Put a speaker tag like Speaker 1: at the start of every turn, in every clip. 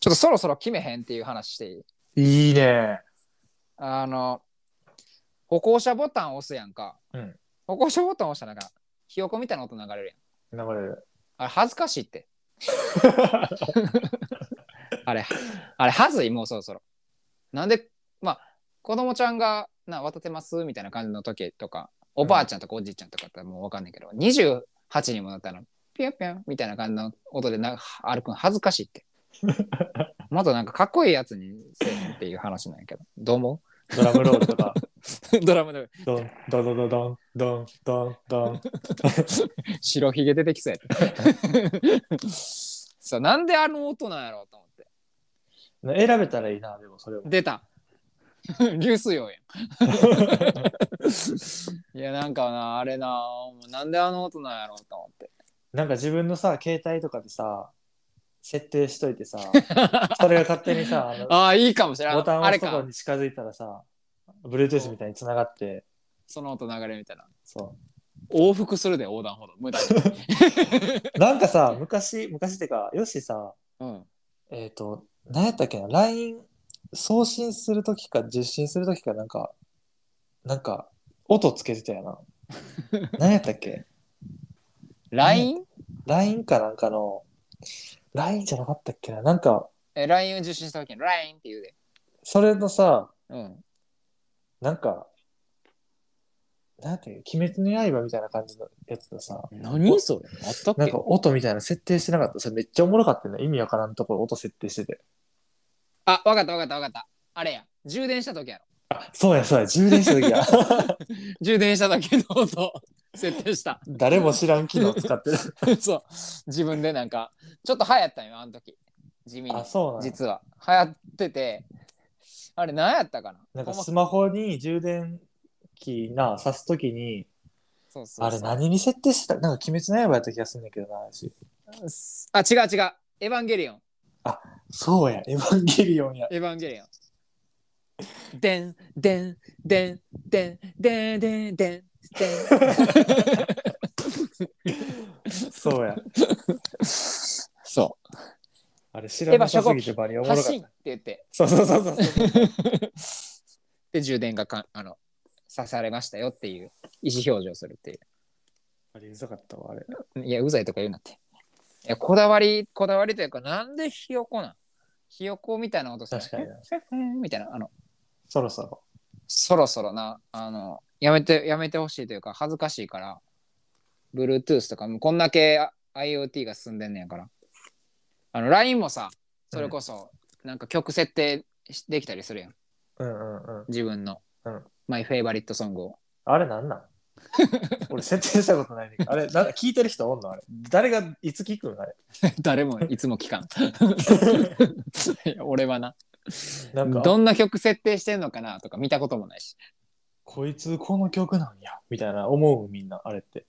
Speaker 1: ちょっとそろそろ決めへんっていう話していい
Speaker 2: いいね。
Speaker 1: あの、歩行者ボタン押すやんか。
Speaker 2: うん
Speaker 1: 歩行者ボタン押したらなんか、ひよこみたいな音流れるやん。
Speaker 2: 流れる。
Speaker 1: あれ恥ずかしい って。あれ、あれ恥ずい、もうそろそろ。なんで、まあ、子供ちゃんが、な、渡ってますみたいな感じの時とか、おばあちゃんとかおじいちゃんとかだってもうわかんないけど、28にもなったら、ぴょんぴょんみたいな感じの音でな歩くの恥ずかしい って。まだなんかかっこいいやつにせえへんっていう話なんやけど、どう思
Speaker 2: ドラムロールと か。
Speaker 1: う ドラムで
Speaker 2: ドン、ドドドドン、ドン、ドン、ドン。
Speaker 1: 白ひげ出てきそうやった。 そうなんであの音なんやろうと思って。
Speaker 2: 選べたらいいな、でもそれも。
Speaker 1: 出た 流水音や ん。いやなんかなあれなもうなんであの音なんやろうと思って。
Speaker 2: なんか自分のさ、携帯とかでさ、設定しといて さ、それが勝手にさ、あの
Speaker 1: ああいいかもしれない。
Speaker 2: ボタンを
Speaker 1: あ
Speaker 2: 押
Speaker 1: れ
Speaker 2: すとこ
Speaker 1: か
Speaker 2: に近づいたらさ、Bluetooth みたいに繋がって、
Speaker 1: その音流れるみたいな。
Speaker 2: そ
Speaker 1: 往復するで横断歩道無駄に。
Speaker 2: う。なんか さ、昔、昔ってか、よしさ、
Speaker 1: うん。
Speaker 2: えっ、と、何やったっけな、LINE 送信するときか受信するときかなんか、なんか、音つけてたよ な。何やったっけ
Speaker 1: LINE?
Speaker 2: ?LINE かなんかの、LINE じゃなかったっけななんか、
Speaker 1: え LINE を受信した時に LINE って言うで。
Speaker 2: それのさ、
Speaker 1: うん。
Speaker 2: なんか、なんていう、鬼滅の刃みたいな感じのやつのさ、
Speaker 1: 何それあったっ
Speaker 2: なんか音みたいなの設定してなかった。それめっちゃおもろかったよね。意味わからんところ音設定してて。
Speaker 1: あわかったわかったわかった。あれや。充電した時やろ。
Speaker 2: あ、そうやそうや、充電した時や。
Speaker 1: 充電した時の音設定した。
Speaker 2: 誰も知らん機能使 ってる。
Speaker 1: そう自分でなんかちょっと流行ったんよあの時地味に
Speaker 2: あ、そうなんや
Speaker 1: 実は流行っててあれ何やったかな
Speaker 2: なんか
Speaker 1: ほんま
Speaker 2: スマホに充電器な、挿すときに、
Speaker 1: そうそうそう
Speaker 2: あれ何に設定してたなんか鬼滅の刃やった気がするんだけどな、私
Speaker 1: あ違う違うエヴァンゲリオン
Speaker 2: そうや、エヴァンゲリオンや。
Speaker 1: エヴァンゲリオンでんでんでんでんでんでん でんでん
Speaker 2: そうや。
Speaker 1: そ
Speaker 2: あれ知らなさすぎて
Speaker 1: エヴァ初号機
Speaker 2: バリ
Speaker 1: う
Speaker 2: おもろか
Speaker 1: 発
Speaker 2: った
Speaker 1: 信って。言って
Speaker 2: そうそうそうそう。
Speaker 1: で充電がかんあの刺されましたよっていう意思表示をするっていう
Speaker 2: あれうざかったわ、あれ。
Speaker 1: いや、うざいとか言うなって。いや、こだわり、こだわりというか、なんでひよこなんひよこみたいな音したら
Speaker 2: 確かにな
Speaker 1: ふんふんみたいな、あの、
Speaker 2: そろそろ。
Speaker 1: そろそろな、あの、やめて、やめてほしいというか、恥ずかしいから、Bluetooth とか、もうこんだけあ IoT が進んでんねやから。あの、LINE もさ、それこそ、なんか曲設定しできたりするやん。
Speaker 2: うんうんうん。
Speaker 1: 自分の
Speaker 2: うん。
Speaker 1: マイフェイバリットソングを。
Speaker 2: あれなんなん 俺設定したことないねんけど。あれ、なんか聞いてる人おんのあれ。誰がいつ聞くんあれ。
Speaker 1: 誰もいつも聞 かん。いや俺はな。
Speaker 2: なんか、
Speaker 1: どんな曲設定してんのかなとか見たこともないし。
Speaker 2: こいつこの曲なんや。みたいな思うみんな、あれ って。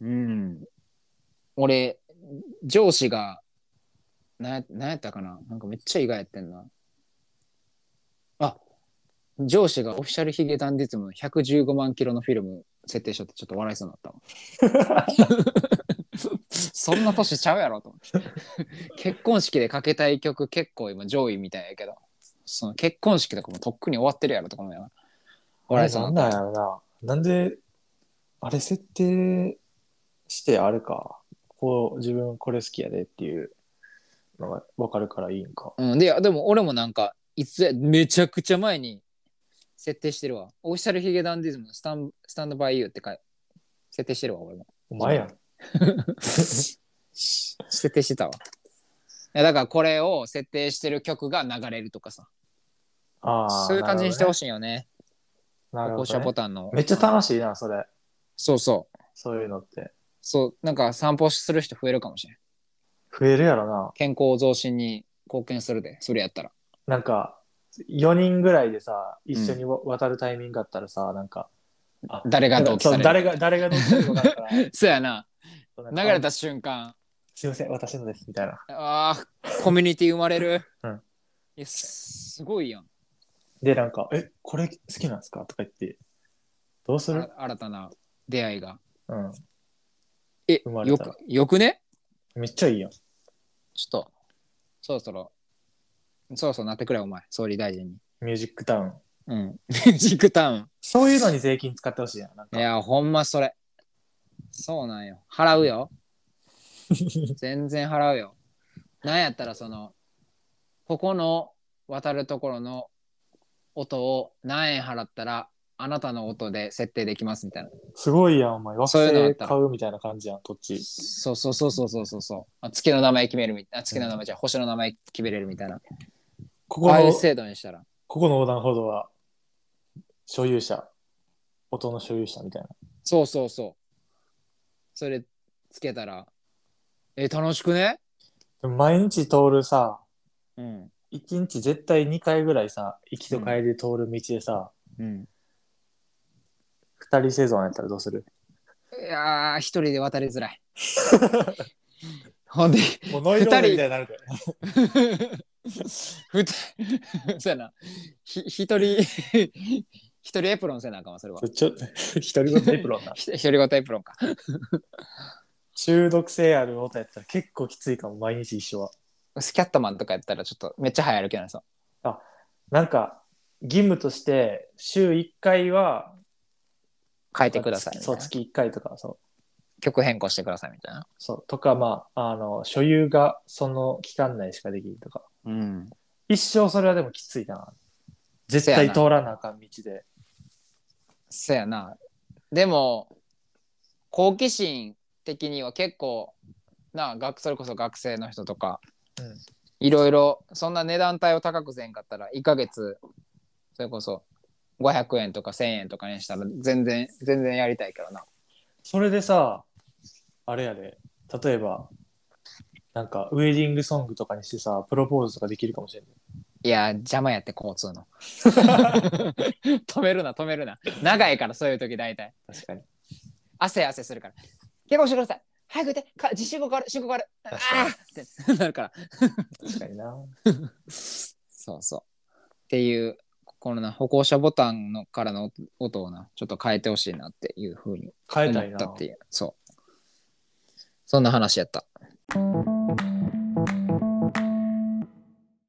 Speaker 1: うん。俺、上司が、なんやなんやったかななんかめっちゃ意外やってんな。あ、上司がオフィシャルヒゲダンディズムの115万キロのフィルム設定しとってちょっと笑いそうになったわ。そんな年ちゃうやろと思って。 結婚式でかけたい曲結構今上位みたいやけど、その結婚式とかもとっくに終わってるやろとか思いながら。
Speaker 2: あ
Speaker 1: 笑
Speaker 2: れ
Speaker 1: いそうにな
Speaker 2: な
Speaker 1: った
Speaker 2: んなんやろな。なんで、あれ設定してあれか。こう、自分これ好きやでっていうのがわかるからいいんか。
Speaker 1: うん、で、でも俺もなんか、いつや、めちゃくちゃ前に設定してるわ。オフィシャルヒゲダンディズムのスタンスタンドバイユーってかい設定してるわ、俺も。
Speaker 2: お前 やん。
Speaker 1: 設定してたわ。いやだからこれを設定してる曲が流れるとかさ。
Speaker 2: ああ。
Speaker 1: そういう感じにしてほ
Speaker 2: しい。
Speaker 1: しいよね。
Speaker 2: なる
Speaker 1: 歩
Speaker 2: ほ
Speaker 1: 行者
Speaker 2: ど、
Speaker 1: ボ
Speaker 2: ね。
Speaker 1: タンの。
Speaker 2: めっちゃ楽しいな、それ。
Speaker 1: そうそう。
Speaker 2: そういうのって。
Speaker 1: そう、なんか散歩する人増えるかもしれん。
Speaker 2: 増えるやろな。
Speaker 1: 健康増進に貢献するで、それやったら。
Speaker 2: なんか、4人ぐらいでさ、一緒にわ渡るタイミングがあったらさ、なんか、あ
Speaker 1: 誰が同期さ
Speaker 2: そ
Speaker 1: れ
Speaker 2: う
Speaker 1: る。
Speaker 2: 誰が、誰が同期されるか分からん か
Speaker 1: そうやな。
Speaker 2: ら
Speaker 1: 流れた瞬間。
Speaker 2: すいません、私のです、みたいな。
Speaker 1: あーコミュニティ生まれる。
Speaker 2: うん
Speaker 1: いやすすごいやん。
Speaker 2: で、なんか、え、これ好きなんですかとか言って、どうする
Speaker 1: あ新たな出会いが。
Speaker 2: うん。
Speaker 1: え、
Speaker 2: 生ま
Speaker 1: よ
Speaker 2: れたら
Speaker 1: く、よくね
Speaker 2: めっちゃいいやん。
Speaker 1: ちょっと、そろそろ、そろそろなってくれ、お前、総理大臣に。
Speaker 2: ミュージックタウン。
Speaker 1: うん。 ミュージックタウン。
Speaker 2: そういうのに税金使ってほしいやん。なん
Speaker 1: い
Speaker 2: か
Speaker 1: や、ほんまそれ。そうなんよ。払う よ。全然払うよ。なんやったらその、ここの渡るところの音を何円払ったら、あなたの音で設定できますみたいな。
Speaker 2: すごいやん、お前。
Speaker 1: そういうのあっ
Speaker 2: 惑星
Speaker 1: た
Speaker 2: 買うみたいな感じやん、土地。
Speaker 1: そうそうそうそうそうそうそうあ。月の名前決めるみあ月の名前じゃ、星の名前決めれるみたいな。
Speaker 2: ここ
Speaker 1: ああい
Speaker 2: の
Speaker 1: う、制度にしたら。
Speaker 2: ここの横断歩道は、所有者。音の所有者みたいな。
Speaker 1: そうそうそう。それつけたら、え、楽しくね
Speaker 2: でも毎日通るさ、
Speaker 1: うん。
Speaker 2: 一日絶対2回ぐらいさ、行きと帰りで通る道でさ、
Speaker 1: うん。
Speaker 2: 二人生存やったらどうする
Speaker 1: いやー、一人で渡りづらい。ほんで、
Speaker 2: もうノイローゼみたいになるで。
Speaker 1: ふた、そうやな。ひ、一人、一人エプロンせなあかんわ、それは。
Speaker 2: ちょっと、一人ごとエプロンな。
Speaker 1: ひ一人ごとエプロンか。
Speaker 2: 中毒性ある音やったら結構きついかも、毎日一緒は。
Speaker 1: スキャットマンとかやったら、ちょっとめっちゃ早歩きなりそう。
Speaker 2: なんか、義務として、週1回は、
Speaker 1: 変えてくださいみた
Speaker 2: そ、
Speaker 1: いうな。
Speaker 2: 月1回とか、そう。
Speaker 1: 曲変更してくださいみたいな。
Speaker 2: そう、とか、まあ、あの、所有がその期間内しかできんとか。
Speaker 1: うん。
Speaker 2: 一生それはでもきついな。絶
Speaker 1: せ
Speaker 2: 対
Speaker 1: やな
Speaker 2: 通らなあかん道で。
Speaker 1: そうやな。でも、好奇心的には結構、なあ、学それこそ学生の人とか、
Speaker 2: うん
Speaker 1: いろいろ、そんな値段帯を高くせんかったら、1ヶ月、それこそ500円とか1000円とかにしたら、全然、全然やりたいけどな。
Speaker 2: それでさ、あれやで、例えば、なんか、ウェディングソングとかにしてさ、プロポーズとかできるかもしれない。
Speaker 1: いや、邪魔やって、交通の。止めるな、止めるな。長いから、そういう時大体。
Speaker 2: 確かに。
Speaker 1: 汗汗するから。結婚してください。早く言って、か自信が変わる、信号変わる。あ
Speaker 2: 確かに
Speaker 1: あってなるから。
Speaker 2: 確かにな。
Speaker 1: そうそう。っていう、このな、歩行者ボタンのからの音をな、ちょっと変えてほしいなっていうふうに
Speaker 2: 変え
Speaker 1: 思
Speaker 2: たい
Speaker 1: っ
Speaker 2: な。
Speaker 1: たっていう。そう。そんな話やった。